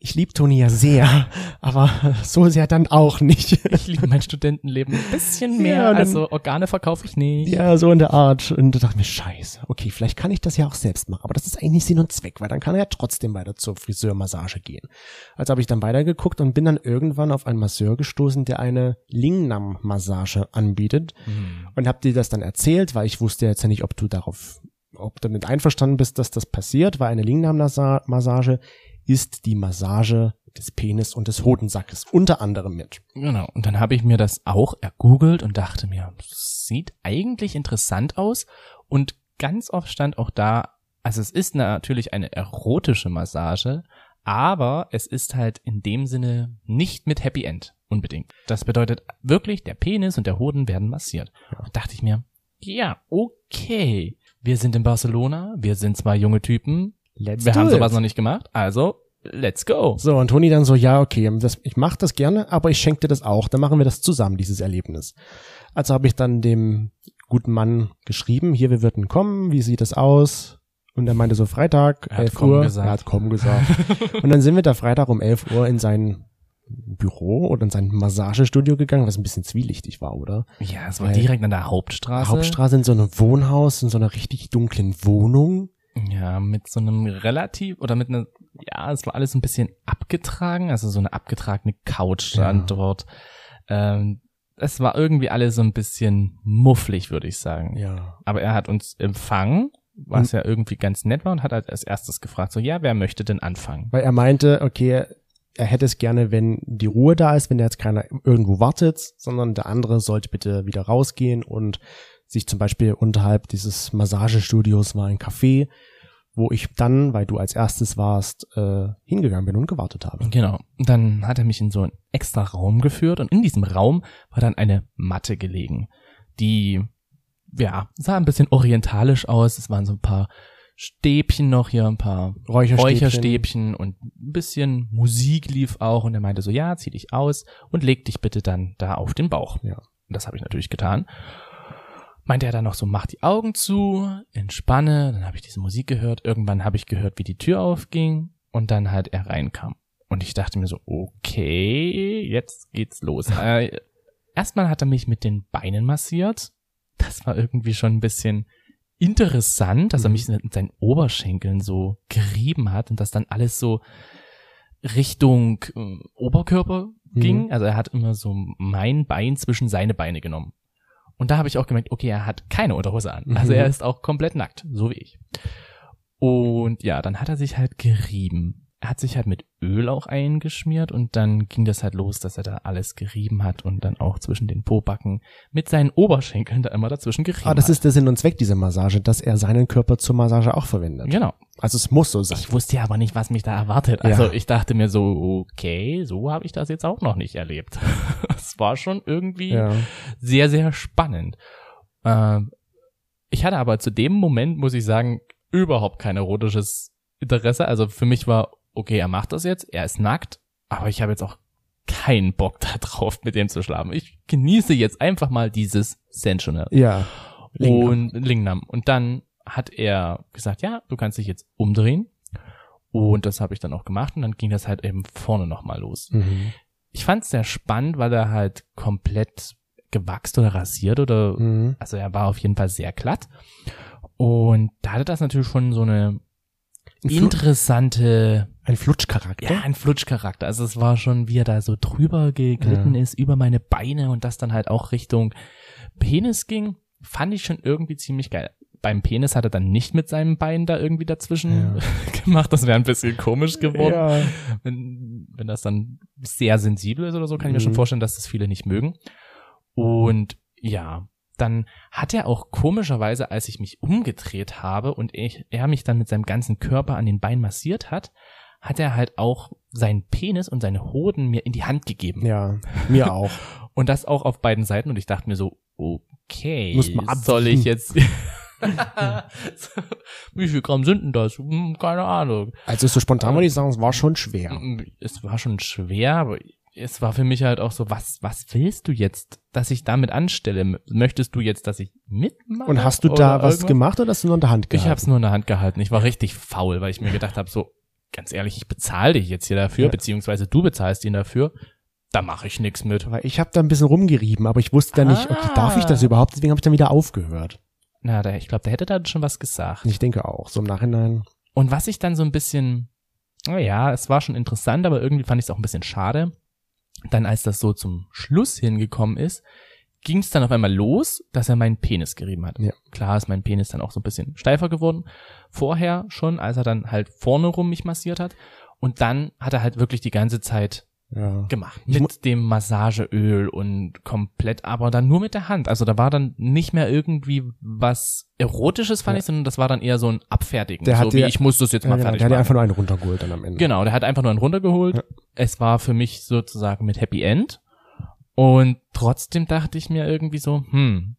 ich liebe Toni ja [LAUGHS] sehr, aber so sehr dann auch nicht. ich liebe mein Studentenleben ein bisschen mehr, Ja, und dann- also Organe verkaufe ich nicht. Ja, so in der Art. Und da dachte ich mir, scheiße, okay, vielleicht kann ich das ja auch selbst machen. Aber das ist eigentlich nicht Sinn und Zweck, weil dann kann er ja trotzdem weiter zur Friseurmassage gehen. Also habe ich dann weitergeguckt und bin dann irgendwann auf einen Masseur gestoßen, der eine Lingnam-Massage anbietet. Hm. Und habe dir das dann erzählt, weil ich wusste jetzt ja nicht, ob du darauf, ob du damit einverstanden bist, dass das passiert, weil eine Lingnam-Massage ist die Massage des Penis und des Hodensackes, unter anderem mit. Genau. Und dann habe ich mir das auch ergoogelt und dachte mir, sieht eigentlich interessant aus. Und ganz oft stand auch da, also es ist natürlich eine erotische Massage, aber es ist halt in dem Sinne nicht mit Happy End unbedingt. Das bedeutet wirklich, der Penis und der Hoden werden massiert. Und dachte ich mir, ja, okay. Wir sind in Barcelona, wir sind zwei junge Typen, Let's wir do haben it. sowas noch nicht gemacht, also let's go. So, und Toni dann so, ja, okay, das, ich mache das gerne, aber ich schenke dir das auch, dann machen wir das zusammen, dieses Erlebnis. Also habe ich dann dem guten Mann geschrieben, hier, wir würden kommen, wie sieht das aus? Und er meinte so, Freitag, Er hat 11 kommen Uhr. gesagt. Er hat kommen gesagt. und dann sind wir da Freitag um 11 Uhr in sein Büro oder in sein Massagestudio gegangen, was ein bisschen zwielichtig war, oder? Ja, es war Weil- direkt an der Hauptstraße. Hauptstraße in so einem Wohnhaus, in so einer richtig dunklen Wohnung. Ja, mit so einem relativ oder mit einer, ja, es war alles ein bisschen abgetragen, also so eine abgetragene Couch stand Ja. dort. Ähm, es war irgendwie alles so ein bisschen mufflig, würde ich sagen. Ja. Hm. Aber er hat uns empfangen, was ja irgendwie ganz nett war und hat halt als erstes gefragt, so, ja, wer möchte denn anfangen? Weil er meinte, okay, er hätte es gerne, wenn die Ruhe da ist, wenn da jetzt keiner irgendwo wartet, sondern der andere sollte bitte wieder rausgehen und sich zum Beispiel unterhalb dieses Massagestudios mal ein Café, wo ich dann, weil du als erstes warst, äh, hingegangen bin und gewartet habe. Genau. Und dann hat er mich in so einen extra Raum geführt und in diesem Raum war dann eine Matte gelegen, die ja, sah ein bisschen orientalisch aus. Es waren so ein paar Stäbchen noch hier, ein paar Räucherstäbchen und ein bisschen Musik lief auch und er meinte so, ja, zieh dich aus und leg dich bitte dann da auf den Bauch. Ja. Und das habe ich natürlich getan. Meinte er dann noch so, mach die Augen zu, entspanne, dann habe ich diese Musik gehört, irgendwann habe ich gehört, wie die Tür aufging und dann halt er reinkam. Und ich dachte mir so, okay, jetzt geht's los. äh, erstmal hat er mich mit den Beinen massiert. Das war irgendwie schon ein bisschen interessant, dass er Mhm. mich mit seinen Oberschenkeln so gerieben hat und das dann alles so Richtung äh, Oberkörper Mhm. ging. Also er hat immer so mein Bein zwischen seine Beine genommen. Und da habe ich auch gemerkt, okay, er hat keine Unterhose an. Also Mhm. er ist auch komplett nackt, so wie ich. Und ja, dann hat er sich halt gerieben. Er hat sich halt mit Öl auch eingeschmiert und dann ging das halt los, dass er da alles gerieben hat und dann auch zwischen den Pobacken mit seinen Oberschenkeln da immer dazwischen gerieben Ah, das hat. ist der Sinn und Zweck dieser Massage, dass er seinen Körper zur Massage auch verwendet. Genau. Also es muss so sein. Ich wusste ja aber nicht, was mich da erwartet. Ja. Also ich dachte mir so, okay, so habe ich das jetzt auch noch nicht erlebt. [LAUGHS] Es war schon irgendwie Ja. sehr, sehr spannend. Ähm, ich hatte aber zu dem Moment, muss ich sagen, überhaupt kein erotisches Interesse. Also für mich war, okay, er macht das jetzt, er ist nackt, aber ich habe jetzt auch keinen Bock da drauf, mit dem zu schlafen. Ich genieße jetzt einfach mal dieses Sensual. ja. Lingnam. Und Lingnam. Und dann hat er gesagt, ja, du kannst dich jetzt umdrehen. Und das habe ich dann auch gemacht und dann ging das halt eben vorne nochmal los. Mhm. Ich fand es sehr spannend, weil er halt komplett gewachst oder rasiert oder Mhm. also er war auf jeden Fall sehr glatt. Und da hatte das natürlich schon so eine Ein, Flu interessante, ein Flutschcharakter. ja, ein Flutschcharakter. Also es war schon, wie er da so drüber geglitten Ja. ist, über meine Beine und das dann halt auch Richtung Penis ging, fand ich schon irgendwie ziemlich geil. Beim Penis hat er dann nicht mit seinem Bein da irgendwie dazwischen [LAUGHS] gemacht. Das wäre ein bisschen komisch geworden Ja. wenn, wenn das dann sehr sensibel ist oder so, kann ich mir Mhm. schon vorstellen, dass das viele nicht mögen. Und ja, dann hat er auch komischerweise, als ich mich umgedreht habe und ich, er mich dann mit seinem ganzen Körper an den Beinen massiert hat, hat er halt auch seinen Penis und seine Hoden mir in die Hand gegeben. ja, mir auch. Und das auch auf beiden Seiten. Und ich dachte mir so, okay, Muss man abwiegen. soll ich jetzt... [LAUGHS] So, Wie viel Gramm sind denn das? Hm, Keine Ahnung. Also so spontan würde ich sagen, es war schon schwer. Es war schon schwer, aber es war für mich halt auch so, was, was willst du jetzt, dass ich damit anstelle? M- Möchtest du jetzt, dass ich mitmache? Und hast du oder da was irgendwas? gemacht oder hast du nur in der Hand gehabt? Ich habe es nur in der Hand gehalten. Ich war richtig faul, weil ich mir gedacht habe, so, ganz ehrlich, ich bezahle dich jetzt hier dafür, Ja. beziehungsweise du bezahlst ihn dafür. Da mache ich nichts mit. Weil ich habe da ein bisschen rumgerieben, aber ich wusste dann nicht, okay, darf ich das Ah. überhaupt? Deswegen habe ich dann wieder aufgehört. Na, da, ich glaube, der hätte da schon was gesagt. Und ich denke auch, so im Nachhinein. Und was ich dann so ein bisschen, naja, es war schon interessant, aber irgendwie fand ich es auch ein bisschen schade. Dann, als das so zum Schluss hingekommen ist, ging es dann auf einmal los, dass er meinen Penis gerieben hat. Ja. Klar ist mein Penis dann auch so ein bisschen steifer geworden. Vorher schon, als er dann halt vorne rum mich massiert hat. Und dann hat er halt wirklich die ganze Zeit Ja. gemacht. Ich mu- Mit dem Massageöl und komplett, aber dann nur mit der Hand. Also da war dann nicht mehr irgendwie was Erotisches, fand Ja. ich, sondern das war dann eher so ein Abfertigen. Der hat so wie dir- ich muss das jetzt Ja, mal genau, fertig der hat ja machen. einfach nur einen runtergeholt dann am Ende. Genau, der hat einfach nur einen runtergeholt. Ja. Es war für mich sozusagen mit Happy End. Und trotzdem dachte ich mir irgendwie so, hm,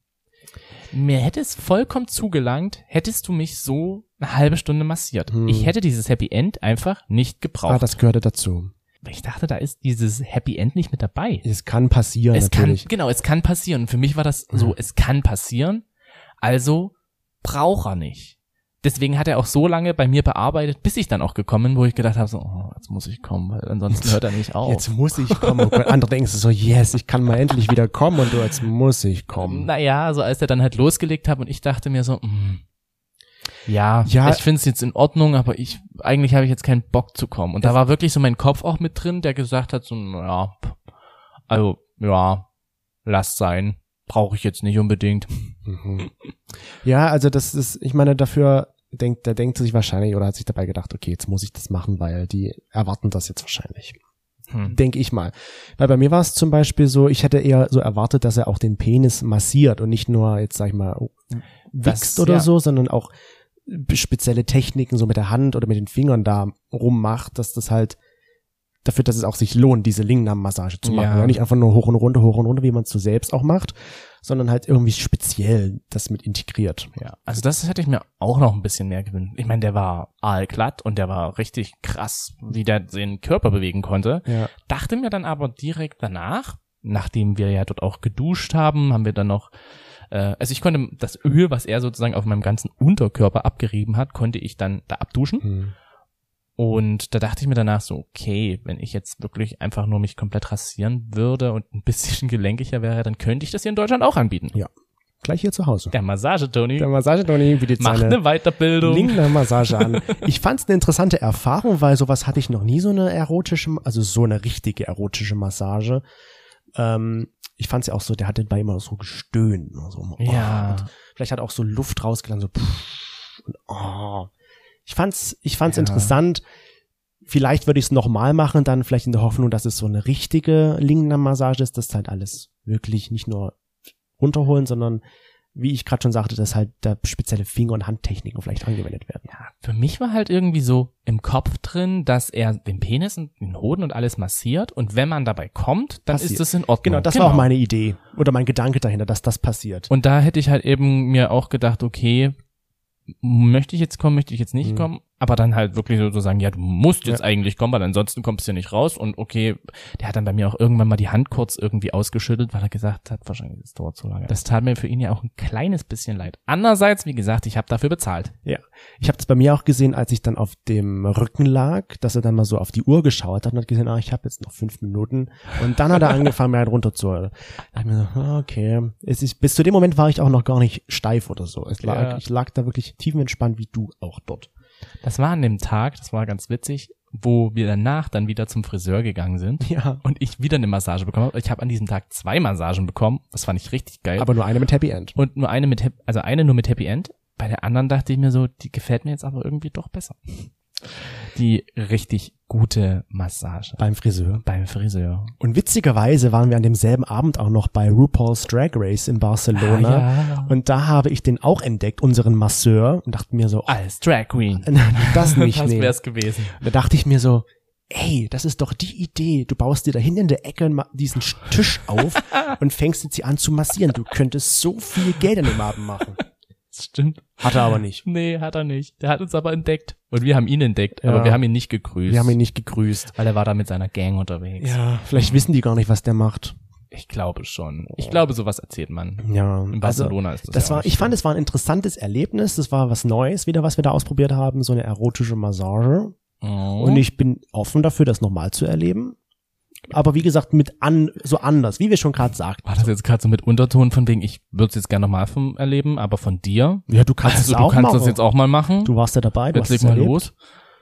mir hätte es vollkommen zugelangt, hättest du mich so eine halbe Stunde massiert. Hm. Ich hätte dieses Happy End einfach nicht Ah, gebraucht. das gehörte dazu. ich dachte, da ist dieses Happy End nicht mit dabei. Es kann passieren, es kann, natürlich. genau, es kann passieren. Und Für mich war das so, Mhm. es kann passieren. Also braucht er nicht. Deswegen hat er auch so lange bei mir bearbeitet, bis ich dann auch gekommen bin, wo ich gedacht habe, so, oh, jetzt muss ich kommen, weil ansonsten hört er nicht [LAUGHS] auf. Jetzt muss ich kommen. Und andere denken sich so, yes, ich kann mal endlich wieder kommen und du, jetzt muss ich kommen. Naja, also als er dann halt losgelegt hat und ich dachte mir so, mm, ja, Ja. ich finde es jetzt in Ordnung, aber ich eigentlich habe ich jetzt keinen Bock zu kommen. Und da war wirklich so mein Kopf auch mit drin, der gesagt hat so, ja, pff, also ja, lass sein, brauche ich jetzt nicht unbedingt. Mhm. Ja, also das ist, ich meine, dafür denkt, der denkt sich wahrscheinlich oder hat sich dabei gedacht, okay, jetzt muss ich das machen, weil die erwarten das jetzt wahrscheinlich. Hm. denke ich mal. Weil bei mir war es zum Beispiel so, ich hätte eher so erwartet, dass er auch den Penis massiert und nicht nur, jetzt sag ich mal, oh, Das- wächst oder ja. so, sondern auch spezielle Techniken so mit der Hand oder mit den Fingern da rummacht, dass das halt dafür, dass es auch sich lohnt, diese Lingnam-Massage zu machen. Ja. Ja. Nicht einfach nur hoch und runter, hoch und runter, wie man es so selbst auch macht, sondern halt irgendwie speziell das mit integriert. Ja, also das hätte ich mir auch noch ein bisschen mehr gewünscht. Ich meine, der war aalglatt und der war richtig krass, wie der den Körper bewegen konnte. Ja. Dachte mir dann aber direkt danach, nachdem wir ja dort auch geduscht haben, haben wir dann noch, äh, also ich konnte das Öl, was er sozusagen auf meinem ganzen Unterkörper abgerieben hat, konnte ich dann da abduschen. Hm. Und da dachte ich mir danach so, okay, wenn ich jetzt wirklich einfach nur mich komplett rasieren würde und ein bisschen [LAUGHS] gelenkiger wäre, dann könnte ich das hier in Deutschland auch anbieten. Ja. Gleich hier zu Hause. Der Massage-Toni Der Massage-Toni bietet macht seine eine Weiterbildung. Lingner-Massage an. Ich fand es eine interessante Erfahrung, weil sowas hatte ich noch nie, so eine erotische, also so eine richtige erotische Massage. Ähm, ich fand es ja auch so, der hatte bei immer so gestöhnt. ne, So, oh, Ja. Und vielleicht hat er auch so Luft rausgelassen, so pff, und oh. Ich fand's, ich fand's Ja. interessant. Vielleicht würde ich es nochmal machen, dann vielleicht in der Hoffnung, dass es so eine richtige Lingner-Massage ist, dass halt alles wirklich nicht nur runterholen, sondern wie ich gerade schon sagte, dass halt da spezielle Finger- und Handtechniken vielleicht angewendet werden. Ja, für mich war halt irgendwie so im Kopf drin, dass er den Penis und den Hoden und alles massiert und wenn man dabei kommt, dann Passiert. ist es in Ordnung. Genau, das war auch meine Idee oder mein Gedanke dahinter, dass das passiert. Und da hätte ich halt eben mir auch gedacht, okay, möchte ich jetzt kommen, möchte ich jetzt nicht Mhm. kommen? Aber dann halt wirklich so zu sagen, ja, du musst jetzt eigentlich kommen, weil ansonsten kommst du nicht raus. Und okay, der hat dann bei mir auch irgendwann mal die Hand kurz irgendwie ausgeschüttelt, weil er gesagt hat, wahrscheinlich, das dauert zu lange. Das tat mir für ihn ja auch ein kleines bisschen leid. Andererseits, wie gesagt, ich habe dafür bezahlt. Ja. Ich habe das bei mir auch gesehen, als ich dann auf dem Rücken lag, dass er dann mal so auf die Uhr geschaut hat und hat gesehen, ah, ich habe jetzt noch fünf Minuten. Und dann hat [LAUGHS] er angefangen, mir halt runterzuholen. Da dachte ich mir so, ah, okay. Es ist, bis zu dem Moment war ich auch noch gar nicht steif oder so. Es lag, Ja. Ich lag da wirklich tiefenentspannt wie du auch dort. Das war an dem Tag, das war ganz witzig, wo wir danach dann wieder zum Friseur gegangen sind Ja. und ich wieder eine Massage bekommen habe. Ich habe an diesem Tag zwei Massagen bekommen. Das fand ich richtig geil. Aber nur eine mit Happy End. und nur eine mit, Hap- also eine nur mit Happy End. Bei der anderen dachte ich mir so, die gefällt mir jetzt aber irgendwie doch besser. Die richtig gute Massage Beim Friseur. beim Friseur. Und witzigerweise waren wir an demselben Abend auch noch bei RuPaul's Drag Race in Barcelona. Ah, ja. Und da habe ich den auch entdeckt, unseren Masseur, und dachte mir so, ah, Als Drag Queen. das nicht [LAUGHS] das nehmen. wär's gewesen. Da dachte ich mir so, ey, das ist doch die Idee. Du baust dir da hinten in der Ecke ma- diesen Sch- Tisch [LAUGHS] auf und fängst jetzt sie an zu massieren. Du könntest so viel Geld an dem Abend machen. Das stimmt. Hat er aber nicht. Nee, hat er nicht. Der hat uns aber entdeckt. Und wir haben ihn entdeckt, Ja. aber wir haben ihn nicht gegrüßt. Wir haben ihn nicht gegrüßt. weil er war da mit seiner Gang unterwegs. Ja, vielleicht wissen die gar nicht, was der macht. Ich glaube schon. Ich glaube, sowas erzählt man. Ja, Oh. In also Barcelona ist das. das ja war, ich fand, es war ein interessantes Erlebnis. Das war was Neues wieder, was wir da ausprobiert haben, so eine erotische Massage. Und Und ich. ich bin offen dafür, das nochmal zu erleben. Aber wie gesagt, mit an, so anders, wie wir schon gerade sagten. War das jetzt gerade so mit Unterton von wegen, ich würde es jetzt gerne nochmal vom erleben, aber von dir? Ja, du kannst Also es du auch kannst machen. das jetzt auch mal machen. Du warst ja dabei, du jetzt hast leg es mal erlebt. los.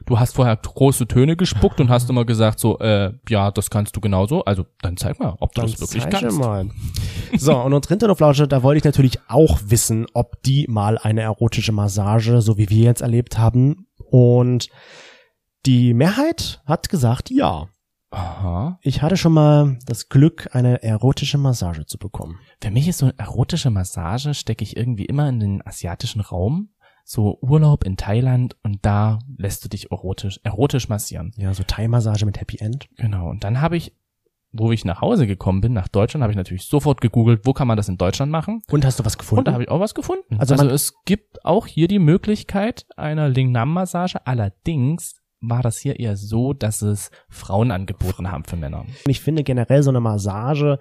Du hast vorher große Töne gespuckt und hast immer gesagt so, äh, ja, das kannst du genauso. Also dann zeig mal, ob du das wirklich zeig kannst. mal. So, und unsere Hinterhoflausche, da wollte ich natürlich auch wissen, ob die mal eine erotische Massage, so wie wir jetzt erlebt haben. Und die Mehrheit hat gesagt, ja. Aha. Ich hatte schon mal das Glück, eine erotische Massage zu bekommen. Für mich ist so eine erotische Massage, stecke ich irgendwie immer in den asiatischen Raum. So Urlaub in Thailand und da lässt du dich erotisch, erotisch massieren. Ja, so Thai-Massage mit Happy End. Genau. Und dann habe ich, wo ich nach Hause gekommen bin, nach Deutschland, habe ich natürlich sofort gegoogelt, wo kann man das in Deutschland machen? Und hast du was gefunden? Und da habe ich auch was gefunden. Also Also, man- es gibt auch hier die Möglichkeit einer Lingnam-Massage. Allerdings war das hier eher so, dass es Frauen angeboten haben für Männer. Und ich finde generell so eine Massage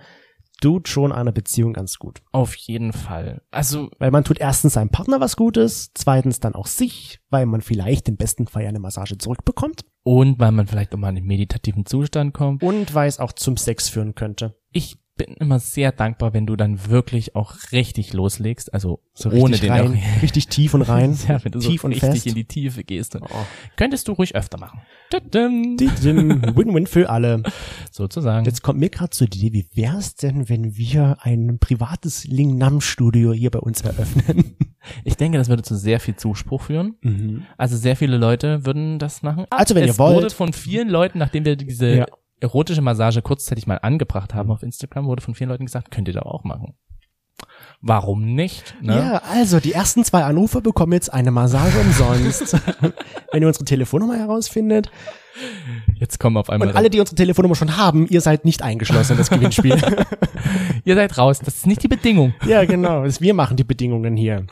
tut schon einer Beziehung ganz gut. Auf jeden Fall. Also Weil man tut erstens seinem Partner was Gutes, zweitens dann auch sich, weil man vielleicht im besten Fall ja eine Massage zurückbekommt und weil man vielleicht auch mal in den meditativen Zustand kommt. und weil es auch zum Sex führen könnte. Ich bin immer sehr dankbar, wenn du dann wirklich auch richtig loslegst, also So ohne richtig den rein, [LAUGHS] richtig tief und rein, ja, wenn du so tief und richtig fest. in die Tiefe gehst. Und Oh. Könntest du ruhig öfter machen. Tü-tüm. Die- die- Win-win für alle. Sozusagen. Jetzt kommt mir gerade zur Idee, wie wär's denn, wenn wir ein privates Lingnam-Studio hier bei uns eröffnen? Ich denke, das würde zu sehr viel Zuspruch führen. Also sehr viele Leute würden das machen. Also, wenn es ihr wollt. wurde von vielen Leuten, nachdem wir diese Ja. erotische Massage kurzzeitig mal angebracht haben auf Instagram, wurde von vielen Leuten gesagt, könnt ihr da auch machen. Warum nicht? Ne? Ja, also die ersten zwei Anrufe bekommen jetzt eine Massage [LAUGHS] umsonst. wenn ihr unsere Telefonnummer herausfindet. Jetzt kommen auf einmal. Und alle, die unsere Telefonnummer schon haben, ihr seid nicht eingeschlossen in das [LAUGHS] Gewinnspiel. ihr seid raus. Das ist nicht [LAUGHS] die Bedingung. ja, genau. Das- Wir machen die Bedingungen hier.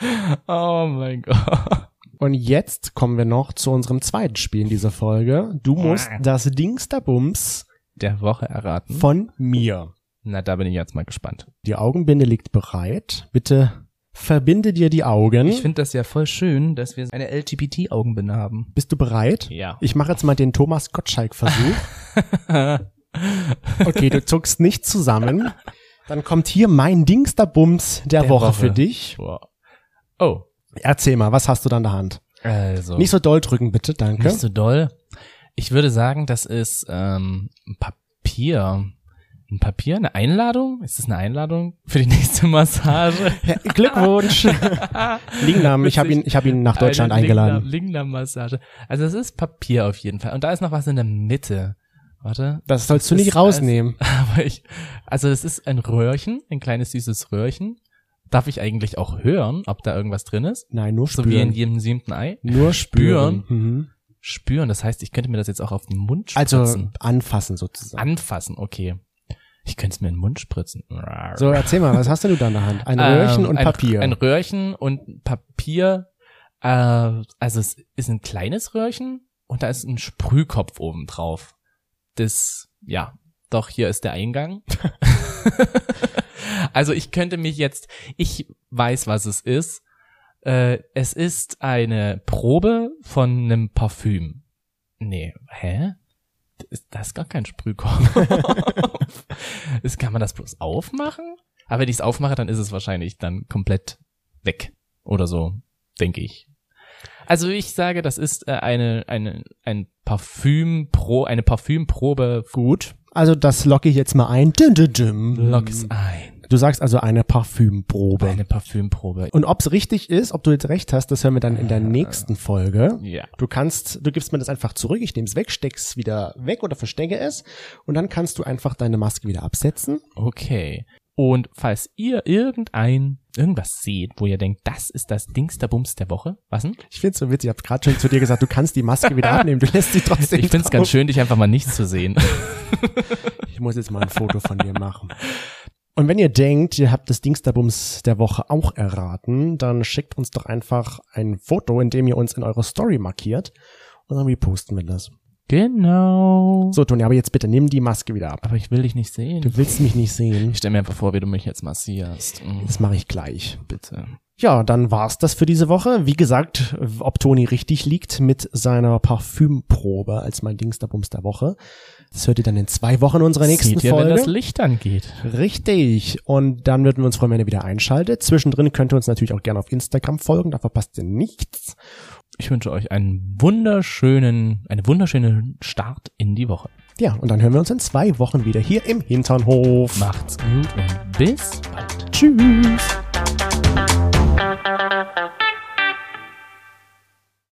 Oh mein Gott. Und jetzt kommen wir noch zu unserem zweiten Spiel in dieser Folge. Du Ah. musst das Dingsterbums Der Woche erraten. von mir. Na, da bin ich jetzt mal gespannt. Die Augenbinde liegt bereit. Bitte verbinde dir die Augen. Ich finde das ja voll schön, dass wir eine LGBT-Augenbinde haben. Bist du bereit? Ja. Ich mache jetzt mal den Thomas [LAUGHS] Gottschalk-Versuch. Okay, du zuckst nicht zusammen. Dann kommt hier mein Dingsterbums der, Der Woche, Woche. für dich. Boah. Oh. Erzähl mal, was hast du da in der Hand? Also. Nicht so doll drücken, bitte, danke. Nicht so doll. Ich würde sagen, das ist ähm, ein Papier. Ein Papier? Eine Einladung? Ist das eine Einladung für die [LAUGHS] nächste Massage? [LAUGHS] Glückwunsch. Lingnam, ich habe ihn, ich hab ihn nach Deutschland Eine eingeladen. Lingnam-Massage. Also es ist Papier auf jeden Fall. Und da ist noch was in der Mitte. Warte. Das sollst du Das nicht ist alles- [LAUGHS] rausnehmen. Aber ich, also es ist ein Röhrchen, ein kleines süßes Röhrchen. Darf ich eigentlich auch hören, ob da irgendwas drin ist? Nein, nur So wie in spüren. jedem siebten Ei. nur spüren. spüren. Mhm. Spüren, das heißt, ich könnte mir das jetzt auch auf den Mund spritzen. Also anfassen sozusagen. Anfassen, okay. Ich könnte es mir in den Mund spritzen. So, erzähl mal, was hast denn du da in der Hand? Ein Röhrchen Ähm, und ein, Papier. Ein Röhrchen und Papier. Äh, also es ist ein kleines Röhrchen und da ist ein Sprühkopf oben drauf. Das, ja, doch hier ist der Eingang. also ich könnte mich jetzt, ich weiß, was es ist. Äh, es ist eine Probe von einem Parfüm. Nee, hä? Das ist- Das ist gar kein Sprühkopf. ist, kann man [LAUGHS] das bloß aufmachen? Aber wenn ich es aufmache, dann ist es wahrscheinlich dann komplett weg oder so, denke ich. Also ich sage, das ist äh, eine eine ein Parfümpro eine Parfümprobe gut. Also das locke ich jetzt mal ein. Dün, dün, dün. Lock's ein. Du sagst also eine Parfümprobe. Eine Parfümprobe. Und ob's richtig ist, ob du jetzt recht hast, das hören wir dann in der Äh. nächsten Folge. Ja. Du kannst, du gibst mir das einfach zurück, ich nehme es weg, steck's wieder weg oder verstecke es und dann kannst du einfach deine Maske wieder absetzen. Okay. Und falls ihr irgendein irgendwas seht, wo ihr denkt, das ist das Dings der Bums der Woche, was denn? Ich find's so witzig, ich hab's gerade schon zu dir gesagt, du kannst die Maske [LAUGHS] wieder abnehmen, du lässt sie trotzdem Ich find's drauf. ganz schön, dich einfach mal nicht zu sehen. Ich muss jetzt mal ein Foto von dir machen. Und wenn ihr denkt, ihr habt das Dingsterbums der Woche auch erraten, dann schickt uns doch einfach ein Foto, in dem ihr uns in eure Story markiert und dann reposten wir das. [LAUGHS] Genau. So, Toni, aber jetzt bitte nimm die Maske wieder ab. Aber ich will dich nicht sehen. Du willst mich nicht sehen. Ich stell mir einfach vor, wie du mich jetzt massierst. Mm, Das mache ich gleich. Bitte. Ja, dann war's das für diese Woche. Wie gesagt, ob Toni richtig liegt mit seiner Parfümprobe als mein Dingsterbums der Woche. Das hört ihr dann in zwei Wochen in unserer nächsten Seht ihr, Folge. wenn das Licht angeht. Richtig. Und dann würden wir uns freuen, wenn ihr wieder einschaltet. Zwischendrin könnt ihr uns natürlich auch gerne auf Instagram folgen, da verpasst ihr nichts. Ich wünsche euch einen wunderschönen, einen wunderschönen Start in die Woche. Ja, und dann hören wir uns in zwei Wochen wieder hier im Hinternhof. Macht's gut und bis bald. Tschüss.